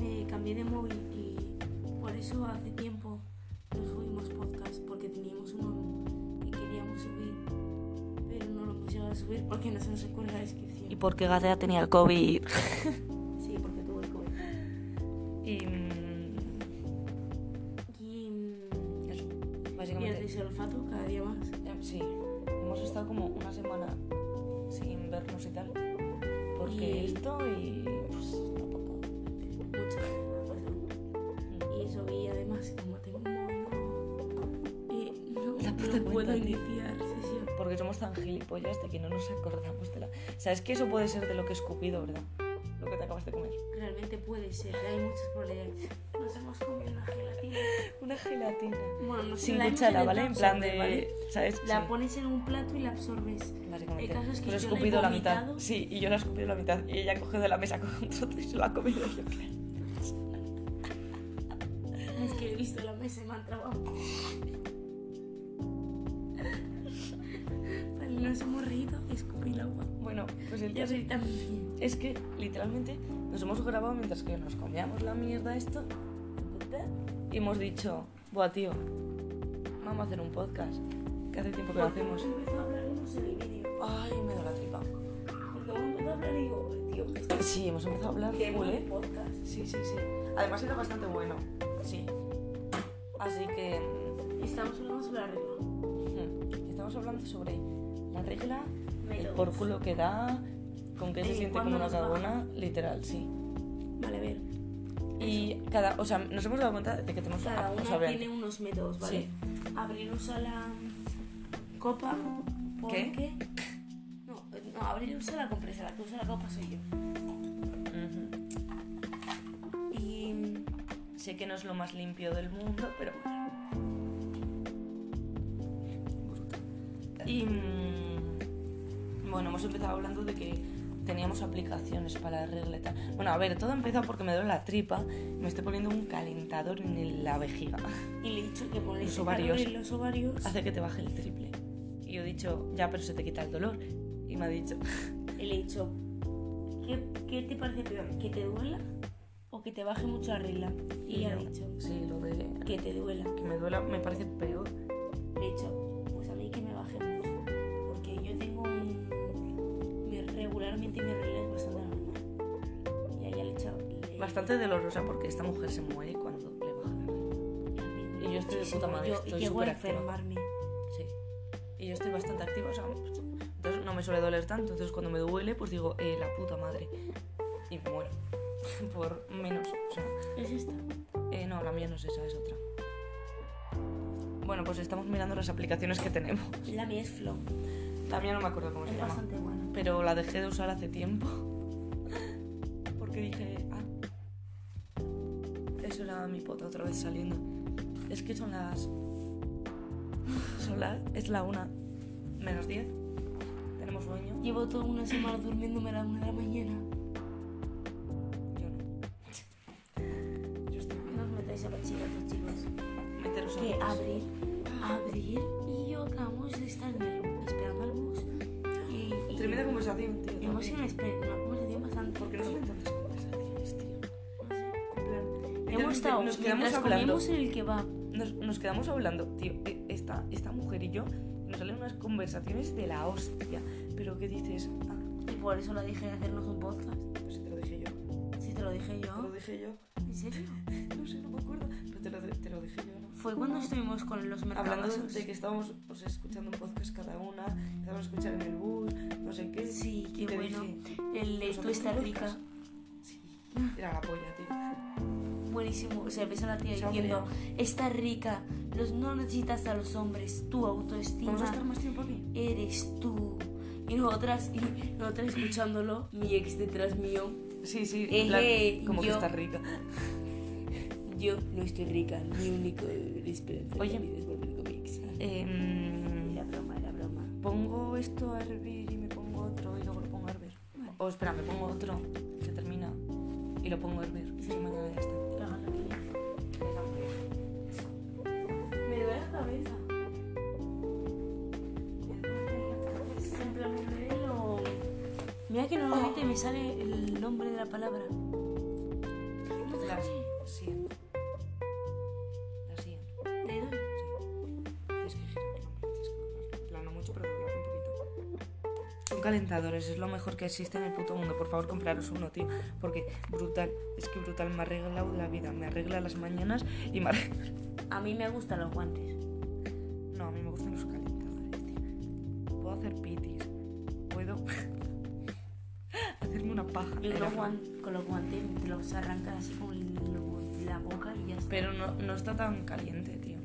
Eh. cambié de móvil y por eso hace tiempo no subimos podcast porque teníamos uno que queríamos subir, pero no lo hemos llegado a subir porque no se nos recuerda la descripción. Y porque Gadea tenía el COVID. Sí, porque tuvo el COVID. Y. mm, Y mm, Eso, básicamente. pierdes el olfato cada día más. Eh, Sí, hemos estado como una semana sin vernos y tal. Porque Y- esto y. Pues tampoco. Mucha cosa. Y eso, y además, como tengo un móvil nuevo, eh, no, La puta no puedo cuenta, tío. iniciar sesión. Porque somos tan gilipollas de que no nos acordamos de la. ¿Sabes que eso puede ser de lo que he escupido, verdad? Lo que te acabas de comer. Realmente puede ser, hay muchas probabilidades. Nos hemos comido una gelatina. Una gelatina. Bueno, no sé, Sin la hemos cuchara, intentado ¿vale? En plan de. absorber, ¿vale? ¿Sabes? La Sí. pones en un plato y la absorbes. Básicamente. El caso es que Pero he yo la he escupido la mitad. vomitado. Sí, y yo la he escupido la mitad. Y ella ha cogido la mesa con un trozo y se lo ha comido yo, claro. Es que he visto la mesa y me han trabado. Vale, nos hemos reído y escupí el agua. Bueno, pues el Ya caso soy tan bien. es que literalmente nos hemos grabado mientras que nos comíamos la mierda esto. Y hemos dicho, buah, tío, vamos a hacer un podcast. Que hace tiempo que lo hacemos. Empezó a hablar, no sé, de vídeo. Ay, me da la tripa. Porque hemos empezado a hablar y digo, tío, que Sí, hemos empezado a hablar qué full, ¿eh? buen podcast. Sí, sí, sí. Además era bastante bueno. Sí. Así que... Estamos hablando sobre la regla. hmm, Estamos hablando sobre la regla el Melons. por culo que da, con que se Eh, siente como ¿cuándo una nos bajan? cagona, literal, sí. Vale, a ver. Y cada, o sea, nos hemos dado cuenta de que tenemos Cada ah, una o sea, a ver, tiene unos métodos, ¿vale? Abrirnos a la copa porque... No, eh, no, abrirnos a la compresa, la que usa la copa soy yo. ujú. Y mm, Sé que no es lo más limpio del mundo, pero bueno. Y mm, bueno, hemos empezado hablando de que teníamos aplicaciones para la regla y tal. Bueno, a ver, todo empezó porque me duele la tripa, me estoy poniendo un calentador en el- la vejiga. y le he dicho que ponéis Los el calor ovarios. Ah. en los ovarios. hace que te baje el triple. Y yo he dicho, ya, pero se te quita el dolor. Y me ha dicho, Y le he dicho, ¿qué, qué te parece peor? ¿Que te duela o que te baje mucho la regla? Y ha yo, dicho, sí, lo de que, que te duela. que me duela me parece peor. Le he dicho, pues a mí que me baje mucho. Porque yo tengo un... mi- Regularmente mi regla es bastante normal. Y a ella le he echado... le- Bastante dolorosa porque esta mujer se muere cuando le baja la regla. Y yo estoy de puta madre, Yo estoy llego a superactiva. enfermarme. Sí. Y yo estoy bastante activa, o sea, pues, entonces no me suele doler tanto. Entonces cuando me duele, pues digo, eh, la puta madre. Y me muero. Por menos. O sea, ¿Es esta? eh, no, la mía no es esa, es otra. Bueno, pues estamos mirando las aplicaciones que tenemos. La mía es Flow. La mía no me acuerdo cómo se Es llama. bastante buena. pero la dejé de usar hace tiempo. Porque dije, ah, eso era mi pota otra vez saliendo. Es que son las. Son las. Es la una menos 10. Tenemos sueño. Llevo toda una semana durmiéndome a la una de la mañana. Yo no. Yo estoy No os metáis a bachillerato, chicos. bien. Meteros Que a mí. abrir, abrir y yo acabamos de estar en el- esperando al bus. Y, y- Tremenda conversación, tío. también. Hemos sido una, esper- una conversación bastante. ¿Por qué no son tantas conversaciones, tío? no sé. En plan, Hemos estado nos quedamos mientras hablando. comíamos en el kebab. Nos, nos quedamos hablando, tío, e- esta, esta mujer y yo, y nos salen unas conversaciones de la hostia. Pero que dices, ah, Y por eso la dije de hacernos un podcast. pues si te lo dije yo. Si te lo dije Te lo yo. dije yo. ¿En serio? No sé, no me acuerdo. Pero te lo, de- te lo dije yo, ¿no? Fue cuando estuvimos con los Hablando de, mercados. de que estábamos pues, escuchando un podcast cada una, estábamos escuchando en el bus, no sé qué. Sí, y qué te bueno. dije, El de "¿Nos tú hacemos un estás rica. podcast?". Sí, era la polla, tío. Buenísimo. O sea, ves a la tía Se ha diciendo, estás rica, los, no necesitas a los hombres, tu ¿Vamos a autoestima estar más tiempo aquí? eres tú. Y nosotras, y nosotras escuchándolo, mi ex detrás mío, Sí, sí, en Eje, plan, como que yo- estás rica. yo no estoy rica, mi único esperanza en Oye. la vida es volver con mi ex. Eh, Era broma, era broma. Pongo esto a hervir y me pongo otro y luego lo pongo a hervir. Vale. O Oh, espera, me pongo otro que termina y lo pongo a hervir. Y se me este. acaba y ya está. Me duele la cabeza. En plan, me duele lo- Mira que normalmente me sale el nombre de la palabra. Las- mucho, pero doblas un poquito. Son calentadores, es lo mejor que existe en el puto mundo. Por favor, compraros uno, tío. Porque brutal, es que brutal, me ha arreglado la vida. Me arregla las mañanas y me arregla... A mí me gustan los guantes. No, a mí me gustan los calentadores, tío. Puedo hacer pitis. Puedo hacerme una paja. Y en la los cama. guan- con los guantes te los arrancas así con el- la boca y ya está. Pero no, no está tan caliente, tío.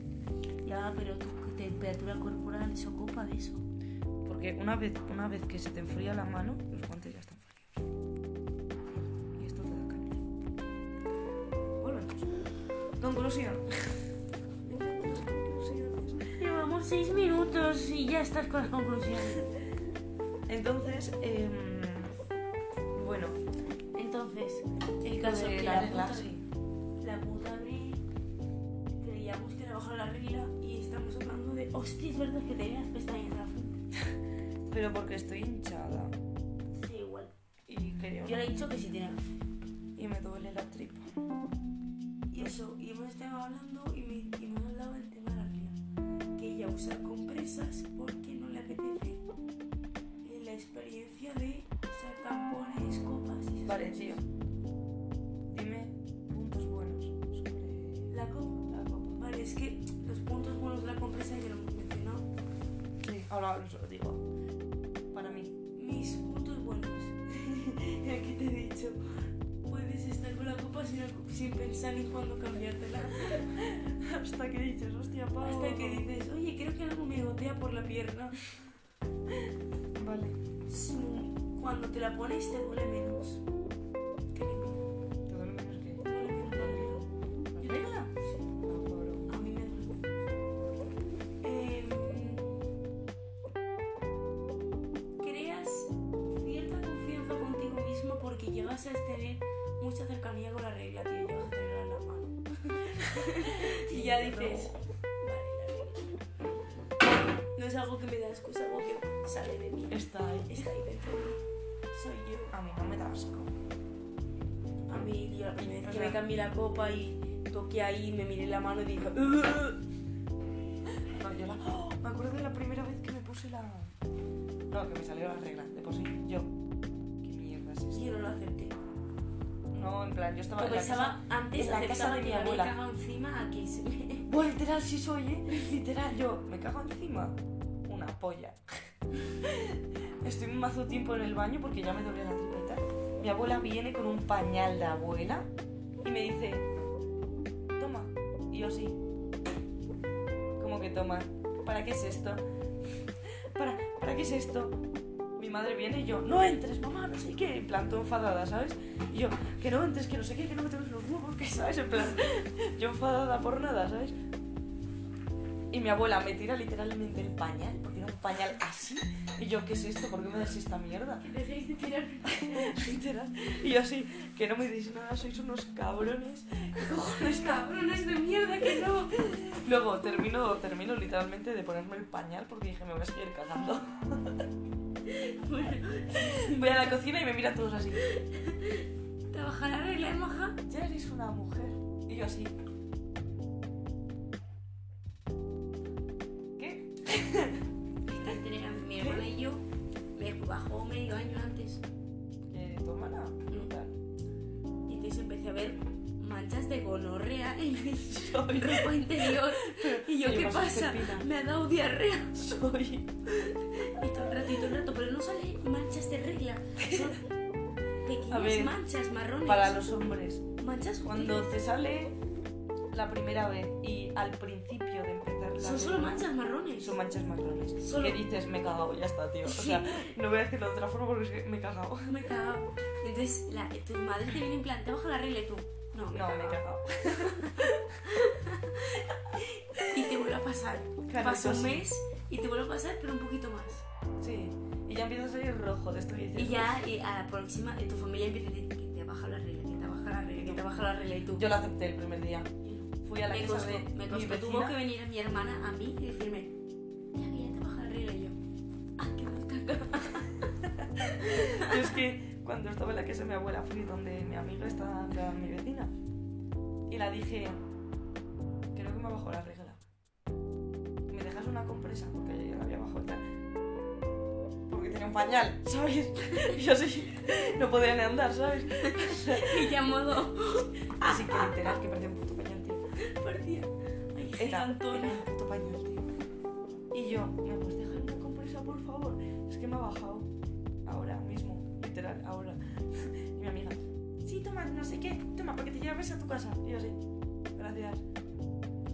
Ya, pero tu temperatura corporal se ocupa de eso. Porque una vez, una vez que se te enfría la mano, los guantes ya están fríos. Y esto te da calor. Volvemos. Conclusión. Llevamos seis minutos y ya estás con las conclusiones. Entonces, em, bueno, Entonces, el caso de es que la Pues, la regla, puta, sí. la puta Abril creíamos que era bajo la regla y estamos hablando de hostia, es verdad que tenías pestañas en la frente. Pero porque estoy hinchada. Sí, igual. Y quería Yo una- le he dicho que sí tiene razón. Y me duele la tripa. Y eso, y hemos estado hablando y me, y me han hablado del tema de la regla. Que ella usa compresas porque no le apetece eh, la experiencia de usar tampones, copas y esas Vale, cosas. tío. Dime puntos buenos sobre La copa. la copa. Vale, es que los puntos buenos de la compresa ya lo hemos mencionado. Sí, ahora os lo digo. Para mí. Mis puntos buenos. El que te he dicho. Puedes estar con la copa sin, sin pensar en cuándo cambiártela. Hasta que dices, hostia, pa. Hasta que dices, oye, creo que algo me gotea por la pierna. Vale. Mm, Cuando te la pones te duele menos. Creo. ¿Te duele menos que Te duele menos la regla. la regla? A mí me duele. Em, creas cierta confianza contigo misma porque llegas a tener mucha cercanía con la regla, tío. Llegas a tenerla en la mano. y ya dices, vale, la regla. No es algo que me da excusa, algo que sale de mí. Está ahí. Está ahí dentro. de mí. Soy yo. A mí no me da asco. A mí, tío, la primera vez O que sea- me cambié la copa y toqué ahí, me miré la mano y dije, "Ugh". No, yo la... ¡Oh! Me acuerdo de la primera vez que me puse la... No, que me salió la regla. De por sí, yo. ¿Qué mierda es y esto? yo no lo acepté. No, en plan, yo estaba Yo en la casa... pensaba, antes en la casa aceptaba de que mi me había abuela. cagado encima a que se me... Buah, literal, sí soy, ¿eh? Literal, yo. Me cago encima. Una polla. Estoy un mazo tiempo en el baño porque ya me dolía la tripa y tal. Mi abuela viene con un pañal de abuela y me dice... Toma. Y yo sí. Como que toma. ¿Para qué es esto? ¿Para, ¿Para qué es esto? Mi madre viene y yo, no entres, mamá, no sé qué. En plan, todo enfadada, ¿sabes? Y yo, que no entres, que no sé qué, que no me toques los huevos, que sabes, en plan, yo enfadada por nada, ¿sabes? Y mi abuela me tira literalmente el pañal, porque era un pañal así. Y yo, ¿qué es esto? ¿Por qué me das esta mierda? Dejéis de tirar Literal. Y yo así, que no me deis nada, sois unos cabrones. ¿Qué cojones, cabrón? cabrones de mierda que no. Luego termino, termino literalmente de ponerme el pañal porque dije, me voy a seguir cagando. Bueno, Voy a la cocina y me miran todos así. trabajar la regla de maja. Ya eres una mujer. Y yo así. ¿Qué? Tenía mi hermana y yo, me bajó medio año antes. ¿Que Eh, tu hermana? No. Tal. Y entonces empecé a ver manchas de gonorrea en mi Soy. ropa interior. Y yo, Oye, ¿qué vas a pasa? hacer pina. Me ha dado diarrea. Soy. Y todo el rato, y todo el rato, pero no sale manchas de regla. Son pequeñas A ver, manchas marrones. Para los hombres, Manchas cuando judías. te sale la primera vez y al principio de empezar la. Son vez, solo manchas marrones. Son manchas marrones. Solo- Que dices, me he cagado, ya está, tío. O sea, no voy a decirlo de otra forma porque es que me he cagado. Me he cagado. Y Entonces, la, tu madre te viene en plan, te bajo la regla y tú. No, me, he No, me he cagado". cagado. Y te vuelve a pasar. Claro, Pasa eso un sí. mes y te vuelve a pasar, pero un poquito más. Sí. Y ya empieza a salir rojo de esto que dices. Y ya eh, a la próxima, eh, tu familia empieza a decir que te baja la regla, que te baja la regla, que te baja la regla y tú. Yo lo acepté el primer día. Me Fui a la casa costó, de. me mi costó. Tuvo vecina. que venir mi hermana a mí y decirme, mira que ya te baja la regla y yo. Ah, que no Yo es que cuando estaba en la casa de mi abuela fui donde mi amiga está, la- mi vecina. Y la dije, creo que me bajó la regla. ¿Me dejas una compresa? Porque yo ya la había bajado y tal. pañal, ¿sabes? Yo sí, no podía ni andar, ¿sabes? Y ya modo. Así que literal, que parecía un puto pañal, tío. Perdía. Ay, Era, era Antonio. un puto pañal, tío. Y yo, ¿me puedes dejar una compresa, por favor? Es que me ha bajado. Ahora mismo, literal, ahora. Y mi amiga, sí, toma, no sé qué, toma, para que te lleves a tu casa. Y yo así, gracias.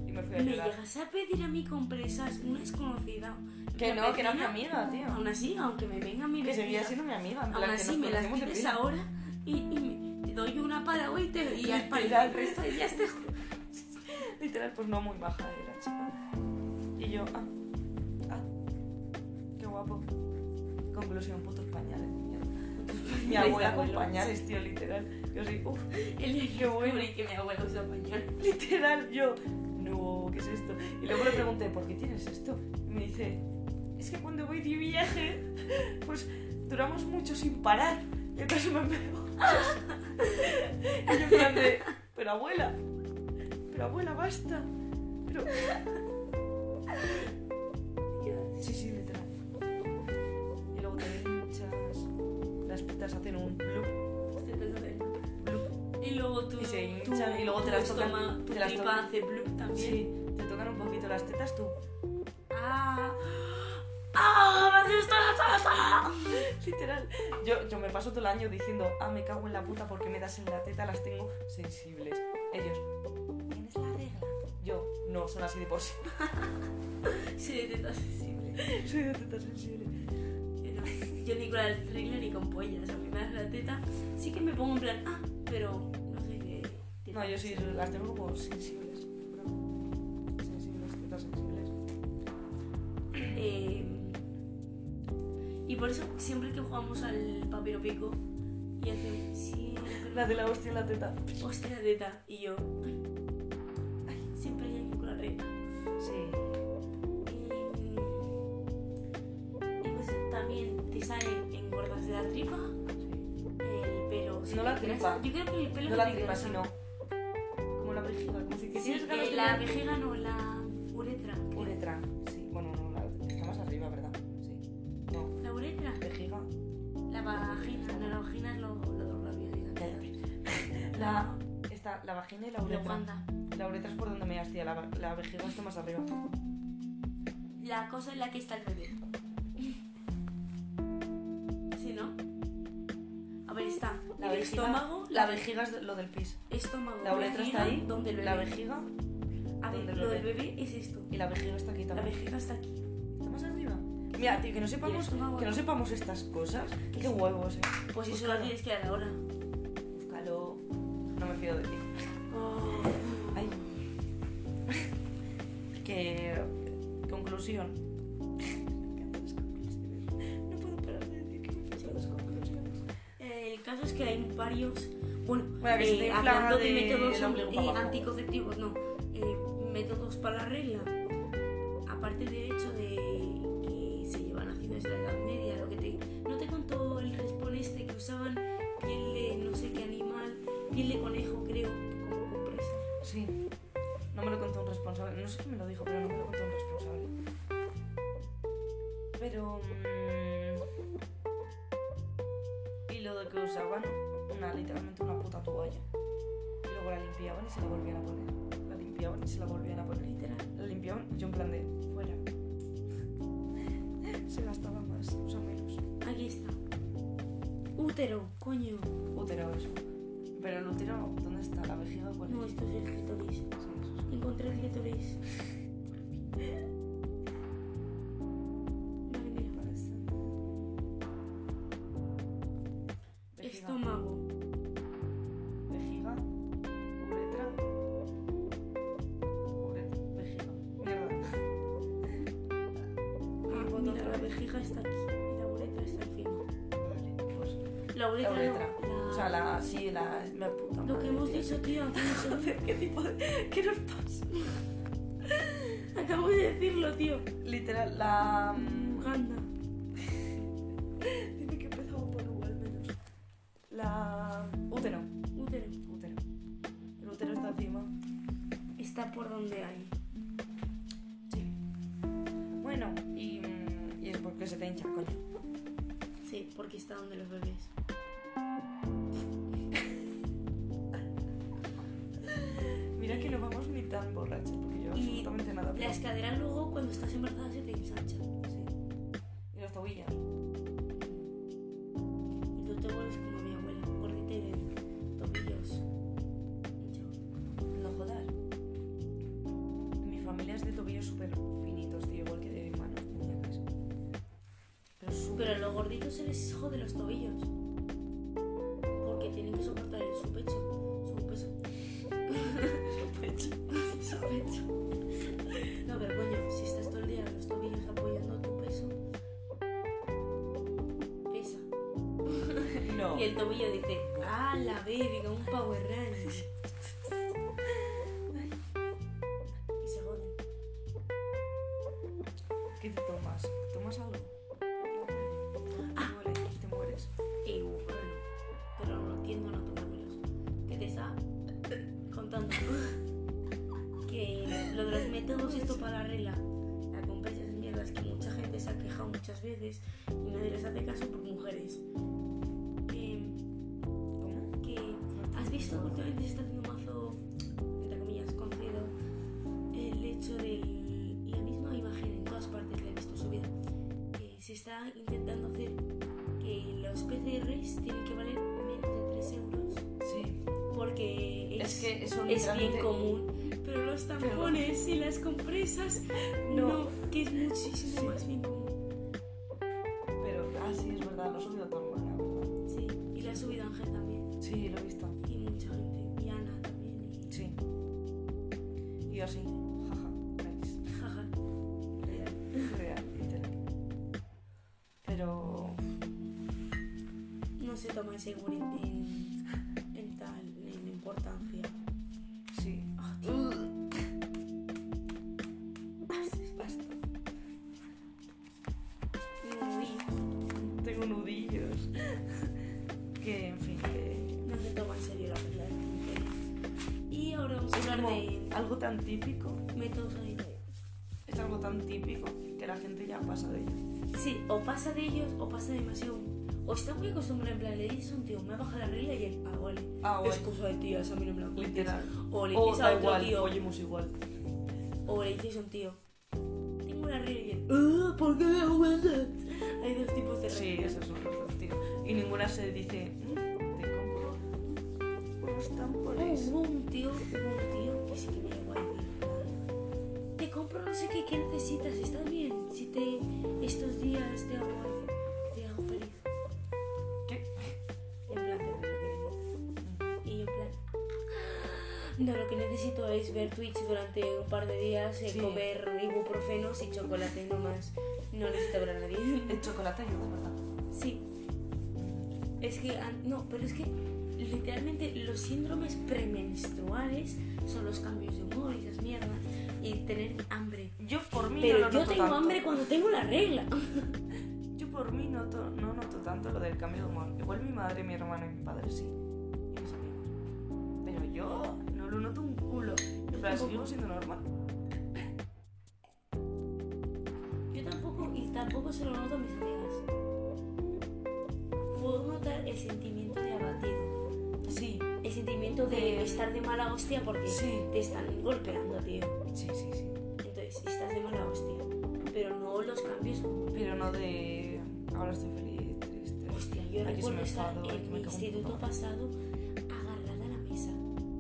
Y me fui a Me llorar. llegas a pedir a mí compresas, una desconocida. Que una no, que era mi vecina, amiga, tío. Aún así, aunque me venga mi Que seguía vecina, siendo mi amiga. En plan, aún que así nos me las conocimos de pides prima. ahora y, y me- te doy una para hoy y te y al para Literal. el resto de días te Literal, pues no muy baja era, chica. Y yo, ah, ah, qué guapo. Conclusión, putos pañales, mierda. Mi abuela con pañales, tío, literal. Yo soy, uff, El día que Qué bueno. descubrí que mi abuela usa pañal. literal, yo, no, ¿qué es esto? Y luego le pregunté, ¿por qué tienes esto? Y me dice, es que cuando voy de viaje, pues duramos mucho sin parar. Y entonces me pego. y yo en plan de, pero abuela, pero abuela, basta. Pero, Sí, sí, literal. Y luego te ven muchas. Las putas hacen un bloop, bloop. Y luego tú. Y se hinchan, y luego te las tocan- Tu te las tripa tocan. hace bloop también. Sí, te tocan un poquito las tetas tú. ¡Ah! ¡Ah! ¡Me gusta la salsa! Literal. Yo, yo me paso todo el año diciendo, ah, me cago en la puta porque me das en la teta, las tengo sensibles. Ellos, ¿tienes la regla? Yo, no, son así de por sí. Sí, de teta sensible. Soy de teta sensible. Pero Yo ni con el regla ni con pollas. A mí me das la teta. Sí que me pongo en plan, ah, pero no sé qué. No, yo sí, las tengo como sensibles. Sensibles, tetas sensibles. Eh, y por eso siempre que jugamos al papiro pico y hacen siempre La de la hostia en la teta. hostia teta y yo ay, ay, siempre hay alguien con la regla Sí. y, y pues también te sale engordas de la tripa el pelo si No te la engrasa- tripa. yo creo que el pelo No la te tripa, engrasa. sino como la vejiga, como si que Sí, tienes ganas eh, de la comer. vejiga no la uretra creo. Uretra, sí. Bueno, no, la está más arriba, ¿verdad? Sí. No, la uretra vejiga. la vagina no, la vagina es lo lo de los Cállate. labios La, está, la vagina y la la uretra. guanda La uretra es por donde me hastía, la, va- la vejiga está más arriba. la cosa en la que está el bebé. ¿Sí, no? A ver, está La el vejiga- estómago, La vejiga es lo del pis. estómago, La uretra vejiga, está ahí, donde el bebé. la vejiga A ver, donde el lo del bebé. bebé es esto. y la vejiga está aquí La también. vejiga está aquí. ¿Está más arriba? Mira, tío, que no Y el sepamos, estómago que no aquí. sepamos estas cosas. Que Qué sí. huevos, eh. Pues eso Búscalo. lo tienes que dar ahora. Búscalo. No me fío de ti. Ay. Que. Conclusión. No puedo parar de decir que me encantan las conclusiones. Eh, El caso es que hay varios. Bueno, Bueno, que si te eh, infla hablando de, de métodos el ombligo para eh, abajo. anticonceptivos, no. eh, métodos para la regla. Aparte del hecho de que se llevan haciendo desde la Edad Media, lo que te. No te contó el respon este que usaban piel de no sé qué animal, piel de conejo, creo, como compresa. Sí. No me lo contó un responsable. No sé quién me lo dijo, pero no me lo contó un responsable. Pero. mm, Y lo de que usaban una, literalmente una puta toalla. Y luego la limpiaban y se la volvían a poner. La limpiaban y se la volvían a poner. Literal. La limpiaban, yo en plan de fuera. Se gastaba más, o sea, menos. Aquí está. Útero, coño. Útero eso. Pero el útero, ¿dónde está? ¿La vejiga? ¿Cuál No, es? esto es el clítoris. Sí, eso es. Encontré el clítoris. Vale, mira. Vejiga. Estómago. Vejiga. Uretra. Uretra. Vejiga. Mierda. Ah, Botón mira, otra la vez. vejiga está aquí y la uretra está encima. Vale, pues. La uretra, La uretra. no, la- O sea, la. Sí, la. Me puta Lo madre, que hemos tío. dicho, tío, aquí no sé. Joder, ¿qué tipo de.? ¿Qué nos pasa? acabo de decirlo, tío. Literal, la. mm, Uganda. Dime que empezaba por U al menos. La. Útero. Útero. Útero. El útero está encima. Está por donde hay. Sí. Bueno, y, mm, y es porque se te hincha, coño. Sí, porque está donde los bebés. Mira que no vamos ni tan borrachos, porque yo Y absolutamente nada. pero- Las caderas luego cuando estás embarazada se te ensanchan. Sí. Y los tobillos. Y tú te vuelves como mi abuela, gordita y de tobillos. Yo. No jodas. Mi familia es de tobillos súper finitos, tío, igual que de manos, muñecas. Pero súper. Pero a los gorditos se les jode los tobillos. Porque tienen que soportar su pecho. Su peso. pecho. Su pecho. No, pero coño, si estás todo el día en los tobillos apoyando tu peso, pesa. No. Y el tobillo dice, ah, la baby, con un power run. Y se joden. ¿Qué te tomas? ¿Te ¿Tomas algo? Te mueres, te mueres. Y bueno, pero no tiendo a no tomármelos. ¿Qué te está contando? que lo de los métodos, esto para la regla, la compra y esas mierdas que mucha gente se ha quejado muchas veces y nadie les hace caso por mujeres. Em, ¿Cómo? que has visto que últimamente se está haciendo mazo, entre comillas, conocido el hecho de la misma imagen en todas partes, la he visto subida. Eh, se está intentando hacer que los PCRs tienen que valer menos de 3 euros Sí. porque es, Es que eso es bien literalmente- común. Pero los tampones y las compresas, no, que es muchísimo Sí. más bien común. Pero, ah, sí, es verdad, lo he subido a tu hermana, ¿verdad? Sí, y la ha subido Ángel también, Sí, lo he visto. y mucha gente, y Ana también, y Sí. Y yo así, jaja, nice. jaja. Real, real, literal. Pero. no se toma en seguro en, en tal en importancia. Sí. Ah, tío, Basta. no, Tengo nudillos. que, en fin, que. no se toma en serio la verdad. Y ahora vamos a Es hablar como de algo tan típico. métodos sanitarios. Es algo tan típico que la gente ya pasa de ello. Sí, o pasa de ellos o pasa demasiado. O está muy acostumbrado en plan, le dices a un tío, me baja la regla y él, ah, vale. Ah, Es cosa de tías, a mí no me la cuentes. Literal. O le O dices a da otro igual, tío, oímos igual. o le dices a un tío, tengo una regla y él, ah, ¿por qué me aguantas? Hay dos tipos de reglas. Sí, esos son los dos, tío. Y ninguna se dice, "Mm, te compro Pues unos tampones. Hubo Oh, un tío, hubo un tío que sí que me llegó a decir, Te compro no sé qué, ¿qué necesitas? ¿Está bien? Si te estos días te hago algo, te hago feliz. ¿Qué? En plan, te doy lo que necesitas. Y yo en plan. "Ah, No, lo que necesito es ver Twitch durante un par de días, eh, Sí. comer ibuprofenos y chocolate nomás. No necesito ver a nadie. El chocolate ayuda, ¿verdad? Sí, es que, an- no, pero es que literalmente los síndromes premenstruales son los cambios de humor y esas mierdas y tener hambre. Yo por mí no Pero lo yo noto tengo tanto. hambre cuando tengo la regla. Yo por mí noto, no noto tanto lo del cambio de humor. Igual mi madre, mi hermano y mi padre sí. Y mis amigos. Pero yo no lo noto un culo. En plan, tampoco. sigo siendo normal. Yo tampoco, y tampoco se lo noto a mis amigas. Puedo notar el sentimiento de abatido, Sí, el sentimiento de De- estar de mala hostia porque Sí. te están golpeando, tío. sí, sí, sí. Entonces, estás de mala hostia, pero no los cambios. Pero no de. Ahora estoy feliz, triste. Hostia, yo Aquí se recuerdo me estar enfado, aquí en me mi cago en instituto puta. pasado agarrada a la mesa,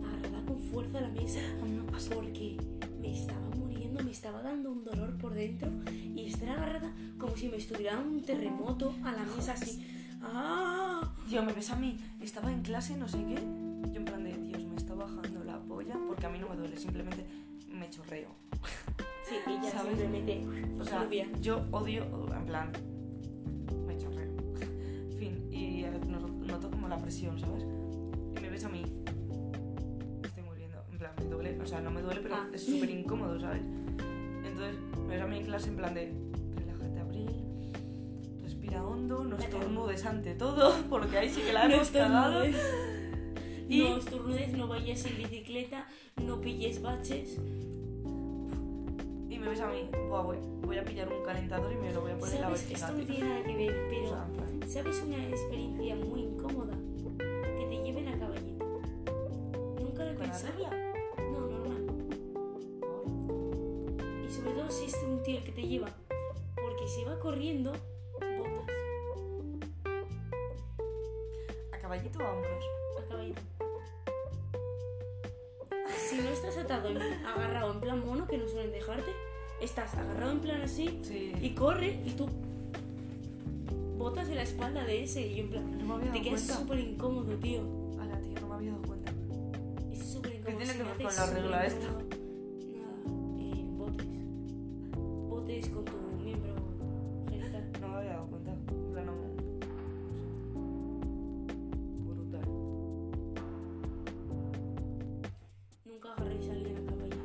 agarrada con fuerza a la mesa, A mí me pasa. porque me estaba muriendo, me estaba dando un dolor por dentro y estar agarrada como si me estuviera dando un terremoto a la mesa así. ¡Ah! Tío, me ves a mí. Estaba en clase, no sé qué. Yo en plan de, Dios, me está bajando la polla porque a mí no me duele, simplemente me chorreo. Sí, y ya ¿Sabes? simplemente O sea, subía. yo odio, en plan, me chorreo. En fin, y eh, no- noto como la presión, ¿sabes? Y me ves a mí, me estoy muriendo. En plan, me duele, o sea, no me duele, pero Ah. es súper incómodo, ¿sabes? Entonces, me ves a mí en clase en plan de, relájate, Abril, respira hondo, no Claro. estornudes ante todo, porque ahí sí que la No hemos cagado. estornudes. Y- No estornudes, no vayas en bicicleta, no pilles baches. Y y me ves a mí, Buah, voy, voy a pillar un calentador y me lo voy a poner en la ¿Sabes? vagina. Esto no tío. tiene nada que ver, O pero sea, en plan, ¿Sabes una experiencia muy incómoda? Que te lleven a caballito. Nunca lo he ¿Con la pensado. regla? No, normal. Y sobre todo si es un tío el que te lleva. Porque si va corriendo, botas ¿A caballito o a hombros? a caballito. Si no estás atado, en- agarrado en plan mono, que no suelen dejarte, estás agarrado en plan así Sí. y corre y tú botas en la espalda de ese y yo en plan. No me había Te dado quedas cuenta. súper incómodo, tío. Ala, tío, no me había dado cuenta. Es súper incómodo. tiene se que ver me hace con la súper regla incómodo. Nada, eh, botes. Botes con tu miembro genital. No me había dado cuenta. En plan, no. Brutal. Nunca agarréis a alguien a caballito.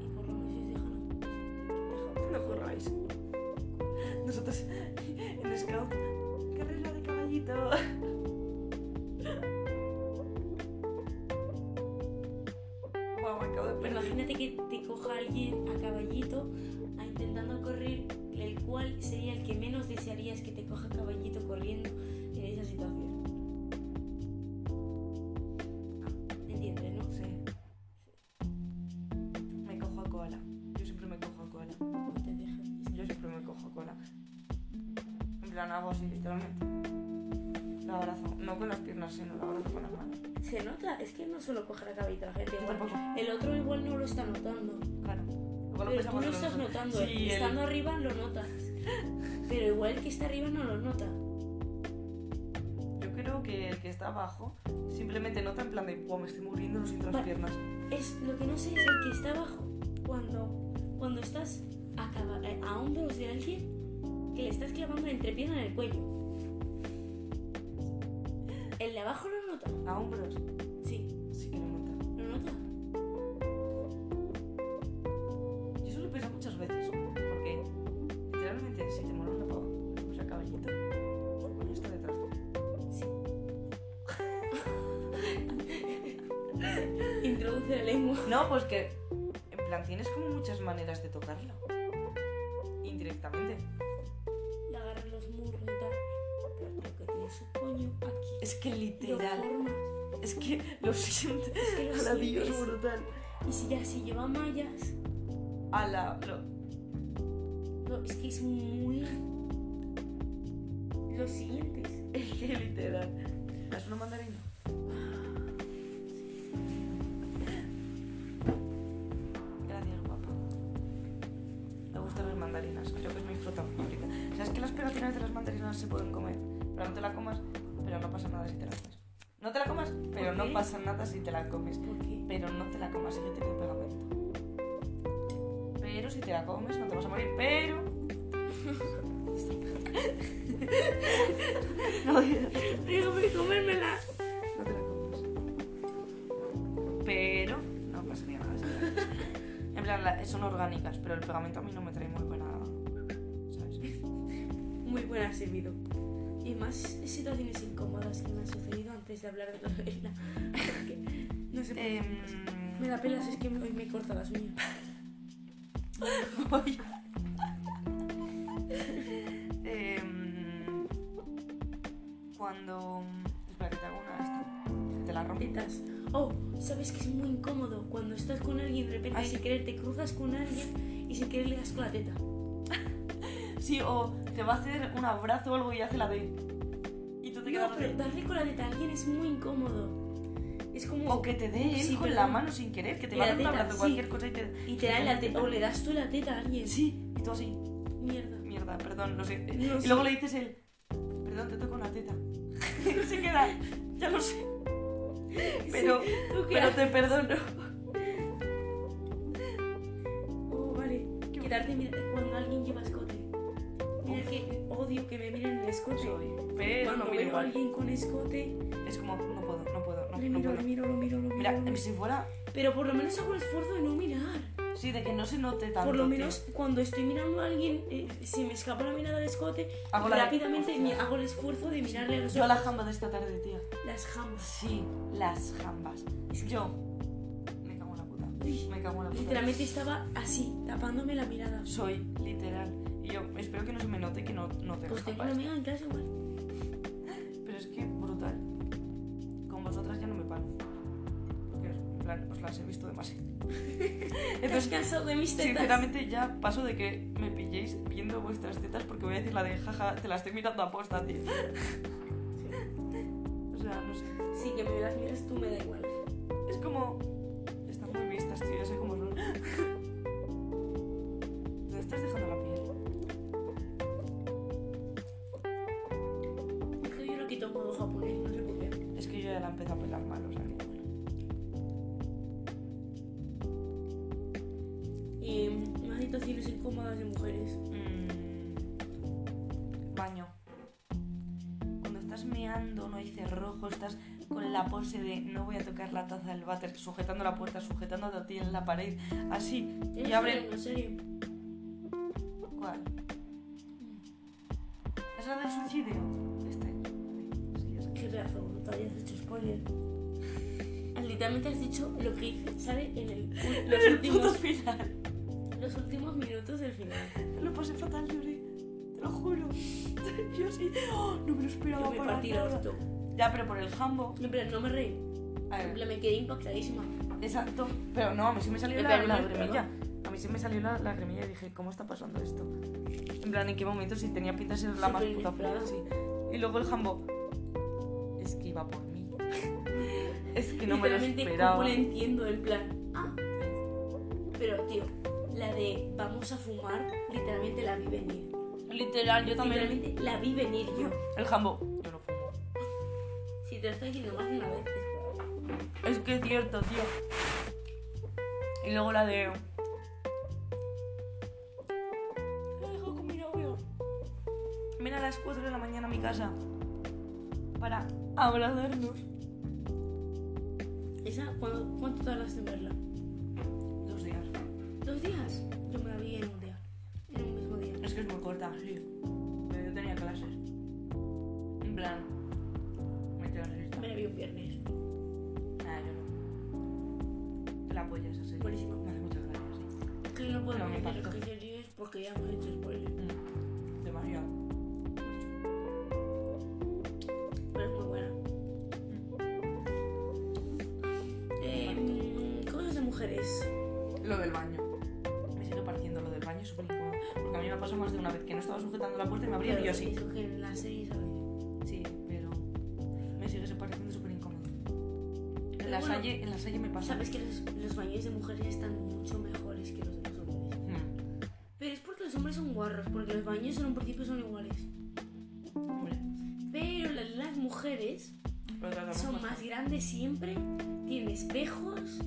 Y por lo menos os dejan. No corráis. Nosotros en Scout. Carrera de caballito. Guau, me acabo de Pero perder. imagínate que te coja alguien a caballito a intentando correr, el cual sería el que menos desearías que te coja a caballito corriendo en esa situación. ¿Entiendes, no? Sí. Me cojo a koala. Yo siempre me cojo a koala. No te dejan. Yo siempre me cojo a koala. En plan, hago así, literalmente. Lo abrazo. No con las piernas, sino lo abrazo con las manos. Se nota, es que no suelo coger a caballito la gente. Yo igual tampoco. El otro igual no lo está notando. Claro. Luego Pero tú pensamos lo con estás nosotros. notando. Sí, el- Estando arriba lo notas. Pero igual el que está arriba no lo nota. Yo creo que el que está abajo simplemente nota en plan de, wow, me estoy muriendo, no siento las Vale. piernas. Es, lo que no sé es el que está abajo. Cuando, cuando estás a, caba- a hombros de alguien que le estás clavando la entrepierna en el cuello. El de abajo lo nota. A hombros, Sí, sí que lo nota. lo nota. Yo eso lo pienso muchas veces, porque literalmente si te mola una pava, pues a caballito, bueno, está detrás. Sí. Introduce la lengua. No, pues que, en plan, tienes como muchas maneras de tocarla. Indirectamente. le agarras los muslos y tal. Pero creo que tiene su coño aquí. Es que Lo literal, formas. es que lo siento. Es que lo Ala, Dios, sientes. brutal. Y si ya si lleva mallas, Ala, lo... no, es que es muy. Lo siguientes. Es que literal. ¿Es una mandarina? Gracias, guapa. Me gustan las mandarinas, creo que es mi fruta favorita. ¿Sabes que las pegatinas de las mandarinas se pueden comer? Pero no te la comas, pero no pasa nada si te la comes. No te la comas, pero ¿Por no qué? pasa nada si te la comes. ¿Por qué? Pero no te la comas, sigue teniendo pegamento. Pero si te la comes, no te vas a morir, pero... no, Déjame comérmela. no te la comas. Pero no pasaría nada. si te la comes. En plan, la- son orgánicas, pero el pegamento a mí no me trae muy buena. ¿Sabes? Muy buena ha servido. Y más situaciones incómodas que me han sucedido antes de hablar de la regla. Porque no sé por qué. Em, Me la pelas, es que hoy me corta las uñas. voy. Em, cuando. Espera, que te hago una de esta. Te la rompo. tetas. Oh, sabes que es muy incómodo cuando estás con alguien y de repente Ay. sin querer te cruzas con alguien y sin querer le das con la teta. Sí, o te va a hacer un abrazo o algo y hace la de. Y tú te quedas No, pero así. darle con la teta a alguien es muy incómodo. Es como O que te dé él Sí, con la perdón. mano sin querer, que te Y va a la dar un teta, abrazo, sí. cualquier cosa y te. y te da la teta o le das tú la teta a alguien. Sí, y tú así. Mierda. Mierda, perdón, lo sé. No y sé. luego le dices el, perdón, te toco la teta. Y se queda, ya lo sé. Pero, ¿Tú qué pero haces? te perdono. Oh, vale. Qué Quedarte mira, cuando alguien lleva escote. Mira que odio que me miren el escote. Pero Cuando no miro veo a igual. alguien con escote, Es como, no puedo, no puedo, no, le no miro, puedo. le miro, lo miro, lo miro. lo Mira, miro. si fuera, Pero por lo menos hago el esfuerzo de no mirar. sí, de que no se note tanto. Por lo tío. menos cuando estoy mirando a alguien, eh, si me escapa la mirada del escote, Hago la- rápidamente Hostia. me hago el esfuerzo de mirarle a los Yo a ojos. la jamba de esta tarde, tía. Las jambas. Sí, las jambas. Es que- Yo, me cago en la puta. Me cago en la puta. Literalmente estaba así, tapándome la mirada. Soy, literal. Y yo espero que no se me note que no, no tengo Pues tengo ropa una esta. amiga en clase igual. Pero es que brutal. Con vosotras ya no me paro. Porque, en plan, os las he visto demasiado. ¿Te has Entonces, cansado de mis tetas? Eh, pues, sinceramente ya paso de que me pilléis viendo vuestras tetas porque voy a decir la de jaja, te la estoy mirando a posta, tío. O sea, no sé. Sí, que me las miras tú me da igual. Es como. Están muy vistas, tío, ya sé cómo son. Te estás dejando la piel. Esto yo lo quito en modo japonés, no sé por qué. Es que yo ya la empezado a pelar mal, o sea que bueno. Y mm, más situaciones incómodas de mujeres. Mm, Baño. Cuando estás meando, no hay cerrojo, estás con la pose de no voy a tocar la taza del váter, sujetando la puerta, sujetándote a ti en la pared, así. Y ¿En abre. serio? ¿En serio? ¿Cuál? ¿Es la del suicidio? Este. Sí, ya sé. Qué razón, todavía has hecho spoiler. Literalmente has dicho lo que hice, sale en el, los, El puto últimos, final. los últimos minutos del final. Lo pasé fatal, lloré. Te lo juro. Yo sí. ¡Oh! no me lo esperaba Yo me para partí el nada. orto. Ya, pero por el jambo. En plan, no me reí. A En ver, plan, me quedé impactadísima. exacto. Pero no, a mí sí me salió Me la pegó una lagrimilla. A mí sí me salió la lagrimilla y dije, ¿cómo está pasando esto? En plan, ¿en qué momento? Si tenía pinta de ser la más Súper puta fría, inesperado. sí. Y luego el jambo. Es que iba por mí. es que no me lo Literalmente, ¿cómo esperaba. lo entiendo? En plan, ah. Pero, tío, la de vamos a fumar, literalmente la vi venir. Literal, yo también. Literalmente la vi venir yo. El jambo. Yo no fumo. Si te lo estoy diciendo más de una vez, es que- Es que es cierto, tío. Y luego la de. La dejo con mi novio. Ven a las 4 de la mañana a mi casa. Para abrazarnos. Esa, ¿cuándo- ¿cuánto tardaste en verla? Dos días. ¿Dos días? Yo me la vi en un día. En un mismo día. Es que es muy corta, sí. Pero yo tenía clases. En plan. Me tengo lista. Me la vi un viernes. Nada, yo no. Te la apoyas así. Buenísimo. Me hace muchas gracias, sí. Que no No, podemos me decir parto. que series porque ya hemos hecho spoiler. Mm. Demasiado. Pero es muy buena. Eh, mm, cosas de mujeres. Lo del baño. Me sigue pareciendo lo del baño súper incómodo. Porque a mí me pasó más de una vez que no estaba sujetando la puerta y me abría y yo sí. Eso que en la serie, ¿sabes? Sí, pero me sigue pareciendo súper incómodo. En la, bueno. salle, en la salle me pasa. Sabes que los, los baños de mujeres están mucho mejores que los de los hombres. Mm. Pero es porque los hombres son guarros, porque los baños en un principio son iguales. Hombre, pues Pero las, las mujeres lo tratamos son más. más grandes siempre, tienen espejos,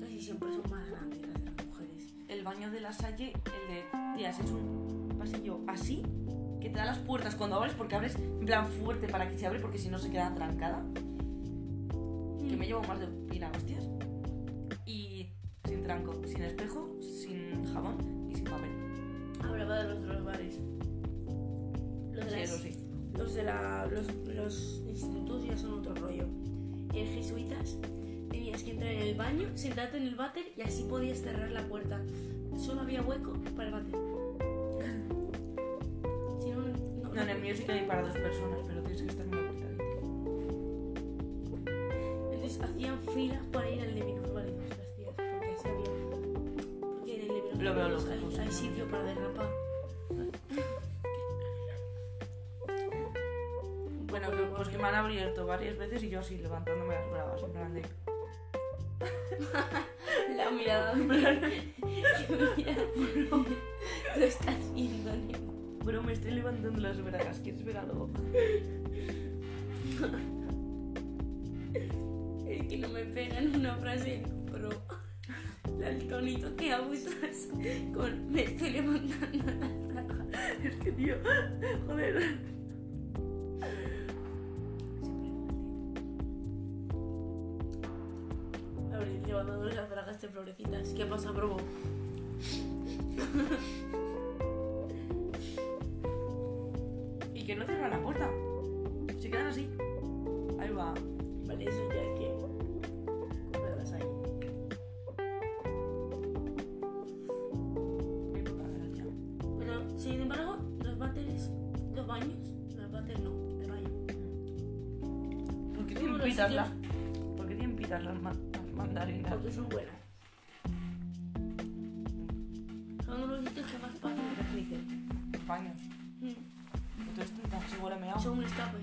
casi siempre son más grandes las de las mujeres. El baño de la salle, el de. Tía, has hecho un pasillo así que te da las puertas cuando abres porque abres en plan fuerte para que se abre porque si no se queda trancada. que Mm. me llevo más de pila hostias. Y sin tranco, sin espejo, sin jabón y sin papel. Mm, Hablaba de los de los bares. Los de, Sí, las- eso sí. los, de la- los, los institutos ya son otro rollo. En jesuitas tenías que entrar en el baño, sentarte en el váter y así podías cerrar la puerta. Solo había hueco para el váter. Si no, no, No, en el mío sí que hay para dos personas, pero tienes que estar muy apretadito. Entonces hacían filas para ir al de minusválidos las tías, porque así había. Porque en el de Lo veo minusválidos lógico, sí. hay, hay sitio para derrapar. Bueno, que- pues que me han abierto varias veces y yo así levantándome las bravas, en plan de. La mirada en plan, que mira, bro, tú estás viendo Nemo. Bro, me estoy levantando las bragas, ¿quieres ver algo? Es que no me pegan una frase, bro. El tonito que abusas con me estoy levantando la raja. Es que tío, joder. Abrir levantándole las bragas de florecitas. ¿Qué pasa, bro? Y que no cierran la puerta. Se quedan así. Ahí va. Vale, eso ya hay que. Cogerlas ahí. váter no, el baño. ¿Por qué Tú tienen los pitas sitios- las... ¿Por qué tienen pitas las, ma- las mandarinas? Porque son buenas. Son uno de los sitios que más pasan en Berlín. España. Entonces tú estás segura me hago. Son un escape.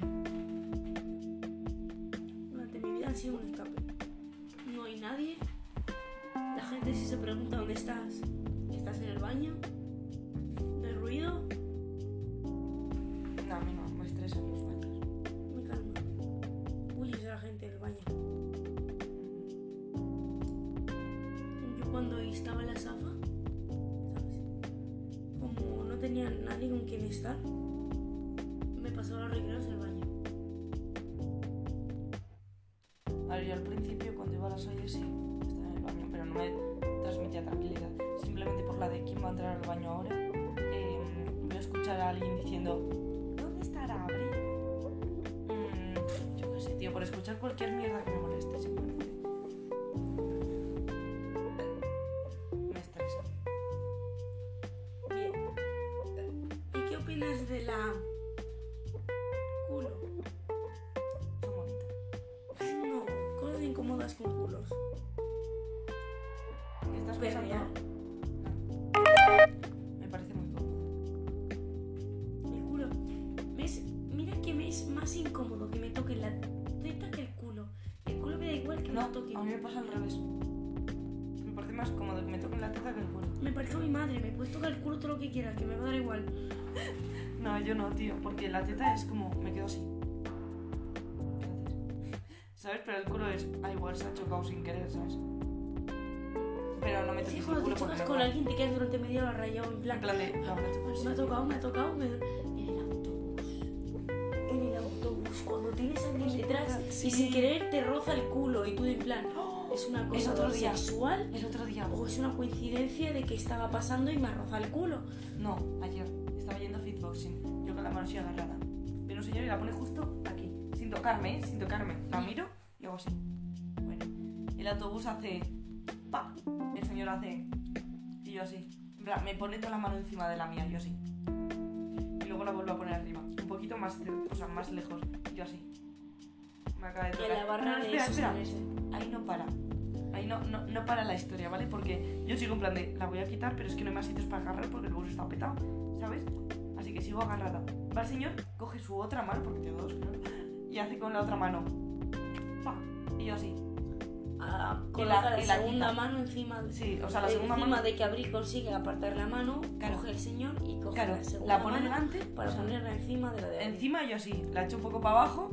Durante mi vida han sido un escape. No hay nadie. La gente si se pregunta dónde estás, estás en el baño. No hay ruido. No, a mí no, me estresan los baños. Me calma. Huyes de la gente del baño. Yo cuando estaba en la SAFA, ¿sabes? Como no tenía nadie con quien estar, me pasaba los recreos el baño. A ver, yo al principio cuando iba a las ollas sí, estaba en el baño, pero no me transmitía tranquilidad. Simplemente por la de quién va a entrar al baño ahora, eh, voy a escuchar a alguien diciendo, ¿dónde estará Abril? Mm, yo qué sé, tío, por escuchar cualquier mierda que me moleste, simplemente. Me estresa. Bien. ¿Y qué opinas de la culo? Son bonitas. No, cosas incómodas con culos. ¿Qué estás Pero pensando? ya. No. Me parece muy cómodo. El culo. Me es- mira que me es más incómodo que me toquen la teta que el culo. El culo me da igual que me lo toquen. No, a mí me pasa al revés. Me parece más cómodo que me toquen la teta que el culo. Me parezco a mi madre, me puedes tocar el culo todo lo que quieras, que me va a dar igual. No, yo no, tío, porque la teta es como, me quedo así. ¿Qué haces? ¿Sabes? Pero el culo es, ah, igual se ha chocado sin querer, ¿sabes? Pero no me toques Sí, el cuando culo te chocas porque con no- alguien te quedas durante media hora rayado en En plan. plan de, la habrá tocado, sí. Me ha tocado, me ha tocado, me En el autobús. En el autobús, cuando tienes a alguien detrás Sí. y sin querer te roza el culo y tú en plan. ¡Oh! ¿Es una Es otro cosa día. sexual? El otro día, ¿O es una coincidencia de que estaba pasando y me ha rozado el culo? No, ayer. Estaba yendo a fitboxing. Yo con la mano así agarrada. Viene un señor y la pone justo aquí. Sin tocarme, ¿eh? Sin tocarme. La miro y hago así. Bueno. El autobús hace... ¡Pa! El señor hace... Y yo así. En plan, me pone toda la mano encima de la mía. Yo así. Y luego la vuelvo a poner arriba. Un poquito más, cer- o sea, más lejos. Yo así. Me acaba de Que tocar. la barra No, de Ah, espera, esos espera. hombres, eh. Ahí no para. Ahí no, no, no para la historia, ¿vale? Porque yo sigo en plan de, la voy a quitar, pero es que no hay más sitios para agarrar porque el bus está petado, ¿sabes? Así que sigo agarrada. Va el señor, coge su otra mano, porque tengo dos, claro, y hace con la otra mano. ¡Pa! Y yo así. Ah, Y coloca la- la, y la segunda quita. mano encima de... Sí, o sea, la segunda encima mano. de que Abril consigue apartar la mano, Claro. coge el señor y coge Claro, la segunda la pone mano delante para o sea, ponerla encima de la de Abril. Encima yo así, la echo un poco para abajo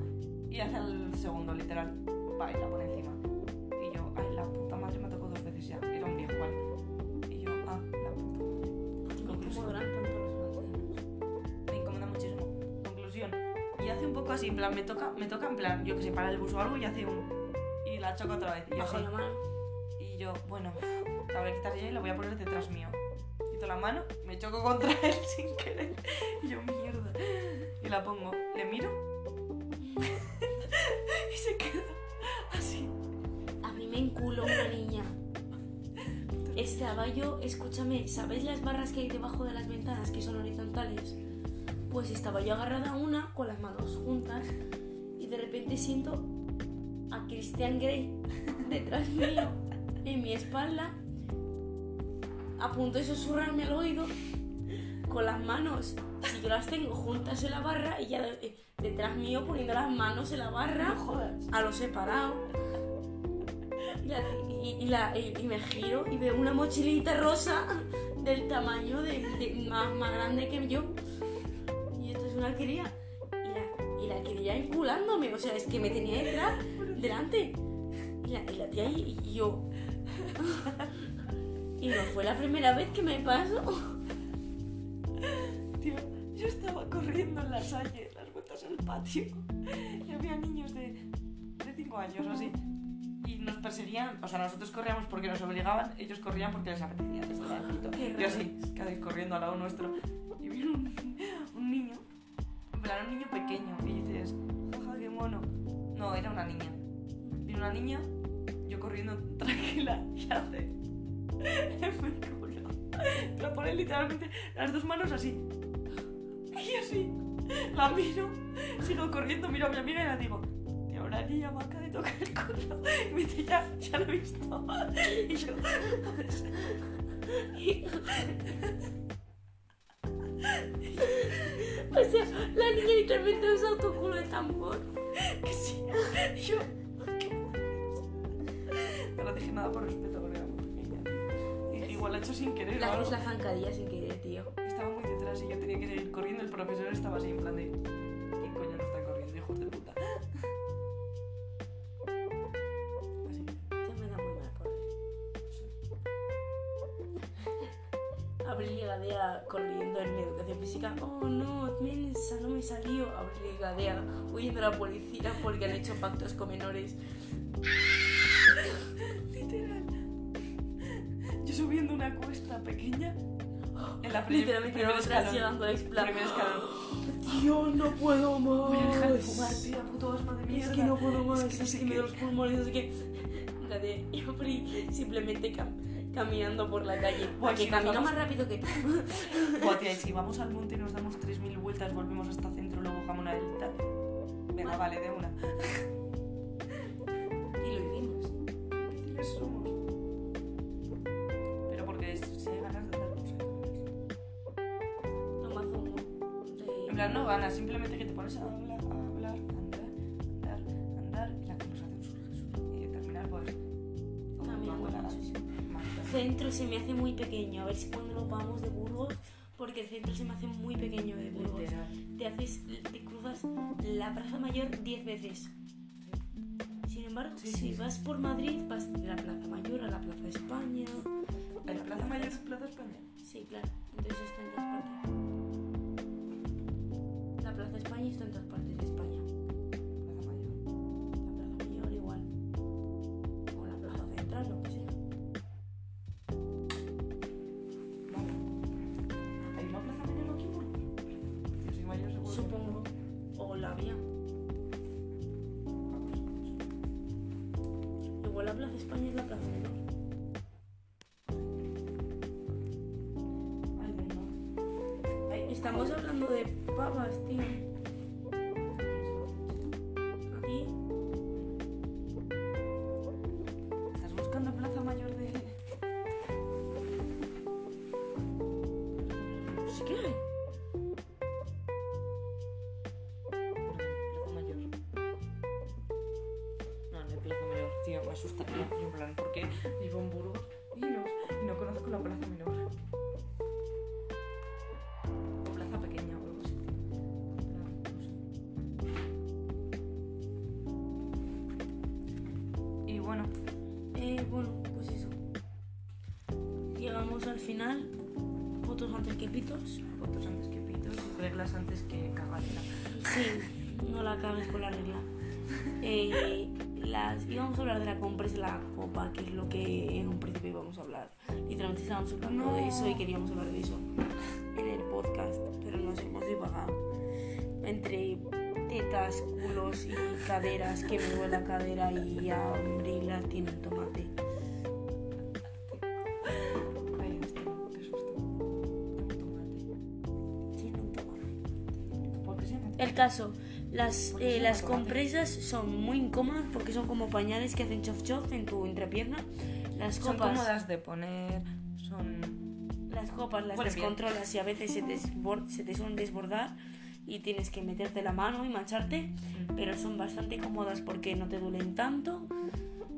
y hace el segundo, literal. Va, y la pone encima. Y yo, ay, la puta madre me tocó dos veces ya. Era un viejo, ¿vale? Y yo, ah, la puta madre. Como Incluso. duran tanto los brazos. me incomoda muchísimo. Conclusión. Y hace un poco así, en plan, me toca, me toca en plan, yo que sé, para el bus o algo y hace un. Y la choco otra vez. Y yo, Bajo así. la mano. y yo bueno, la voy a quitar ya y la voy a poner detrás mío. Quito la mano, me choco contra él sin querer. Y yo, mierda. Y la pongo, le miro. y se queda así. A mí me enculó una niña. Es caballo, escúchame, ¿sabéis las barras que hay debajo de las ventanas que son horizontales? Pues estaba yo agarrada a una con las manos juntas y de repente siento a Christian Grey detrás mío, en mi espalda, a punto de susurrarme al oído con las manos. Si yo las tengo juntas en la barra, ella eh, detrás mío poniendo las manos en la barra jodas. a lo separado. Y, la- y- y la- y- y me giro y veo una mochilita rosa del tamaño de, de- más, más grande que yo. Y esto es una cría. Y la, y la cría enculándome. O sea, es que me tenía detrás, delante. Y la, y la tía y, y yo. Y no fue la primera vez que me pasó. Tío, yo estaba corriendo en la salle, en las vueltas al patio, y había niños de 5 años o así, y nos perseguían, o sea, nosotros corríamos porque nos obligaban, ellos corrían porque les apetecía, les hacía apetito. Qué Y raro. así, ¿qué hacéis corriendo al lado nuestro? Y vino un, un niño, en plan, un niño pequeño, y dices, jaja, qué mono. No, era una niña. Vino una niña, yo corriendo tranquila, y hace, en mi culo. Te lo pone literalmente las dos manos así. Y yo así. La miro, sigo corriendo, miro a mi amiga y la digo, que ahora niña me acaba de tocar el culo. Y me dice, ya, ya lo he visto. Y yo, O sea, la niña literalmente ha usado tu culo de tambor. que sí. Y yo, ¿qué? No le dije nada por respeto, porque era muy pequeña. Y- Igual la he hecho sin querer. o La algo. haces la zancadilla sin querer, tío. Estaba muy detrás y yo tenía que seguir corriendo. El profesor estaba así en plan de. ¿Quién coño no está corriendo, hijos de puta? Así. Ya me da muy mal correr. Abril Gadea corriendo en mi educación física. Oh no, mensa, no me salió. Abril Gadea huyendo a la policía porque han hecho pactos con menores. Literal. Yo subiendo una cuesta pequeña. En la prim- Literalmente primer nosotras escalón. llegando a Explan. Primer escalón. Dios, no puedo más. Voy a dejar de fumar, tía, puto asma de Es mierda. que no puedo más, Es ¡Oh! que no sé me qué. da los pulmones, es que... Fíjate, y Abril simplemente cam- caminando por la calle. Buah, que si nos camino vamos- más rápido que tú. Buah, tía, y si vamos al monte y nos damos 3.000 vueltas, volvemos hasta centro, luego bajamos una delta. Venga, vale, de una. Y lo hicimos. ¿Quiénes somos? Pero porque es- si hay ganas de pues, hacer cosas. Tomazo humo. En plan, no ganas, simplemente que te pones a hablar, a hablar, andar, andar, andar, y la conversación surge, surge. Y al terminar, pues. Caminando la muchísimo. Marta. Centro se me hace muy pequeño. A ver si cuando nos vamos de Burgos, porque el centro se me hace muy pequeño de Burgos. Literal. Te haces, te cruzas la Plaza Mayor 10 veces. Sin embargo, Sí, si sí. vas por Madrid, vas de la Plaza Mayor a la Plaza España. En la Plaza Mayor es Plaza España. Sí, claro. Entonces está en todas partes. La Plaza España está en todas partes de España. Plaza Mayor. La Plaza Mayor igual. O la Plaza Central, lo que sea. Vale. ¿Hay una Plaza Mayor aquí en Burgos? Yo soy mayor, seguro. que no. Supongo. O la vía. Igual la Plaza España es la Plaza Menor. Ay, venga. Ay, Estamos hablando de pavas, tío. Aquí. ¿Estás buscando Plaza Mayor de.? Sí que hay. Plaza Mayor. No, no hay Plaza Mayor, tío, me asustaría. Y En plan, porque vivo en Burgos y no, y no conozco la Plaza Menor. O Plaza Pequeña o algo así. tío. En plan, no sé. Y bueno, Eh, bueno, pues eso. Llegamos al final. Fotos antes que pitos. fotos antes que pitos, reglas antes que cagadera. Sí, no la acabes con la regla. Eh, las, íbamos a hablar de la compres de la copa, que es lo que en un principio íbamos a hablar. Literalmente estábamos hablando No. de eso y queríamos hablar de eso en el podcast, pero nos hemos divagado. Entre tetas, culos y caderas, que me duele la cadera y abrila tiene un tomate. Ay, hostia, qué susto. Tengo tomate. Tiene un tomate. ¿Por qué se llama El caso, las, Porque eh, son automáticas. las compresas son muy incómodas porque son como pañales que hacen chof chof en tu entrepierna. Las Son copas, cómodas de poner, son... las copas las Huelen bien. descontrolas y a veces se, desbor- se te suelen desbordar y tienes que meterte la mano y mancharte, pero son bastante cómodas porque no te duelen tanto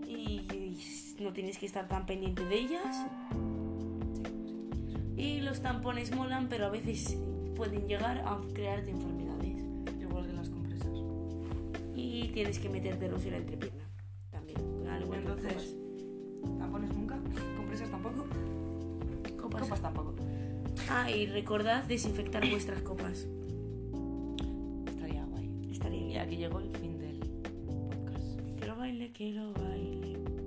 y, y no tienes que estar tan pendiente de ellas. Y los tampones molan, pero a veces pueden llegar a crearte enfermedades. Igual que las compresas. y tienes que metértelos en la entrepierna también. Al igual que las Entonces, tampones nunca, compresas tampoco, copas. copas tampoco. Ah, y recordad desinfectar vuestras copas. Estaría guay. Estaría Y bien. aquí llegó el fin del podcast. Quiero baile, quiero baile.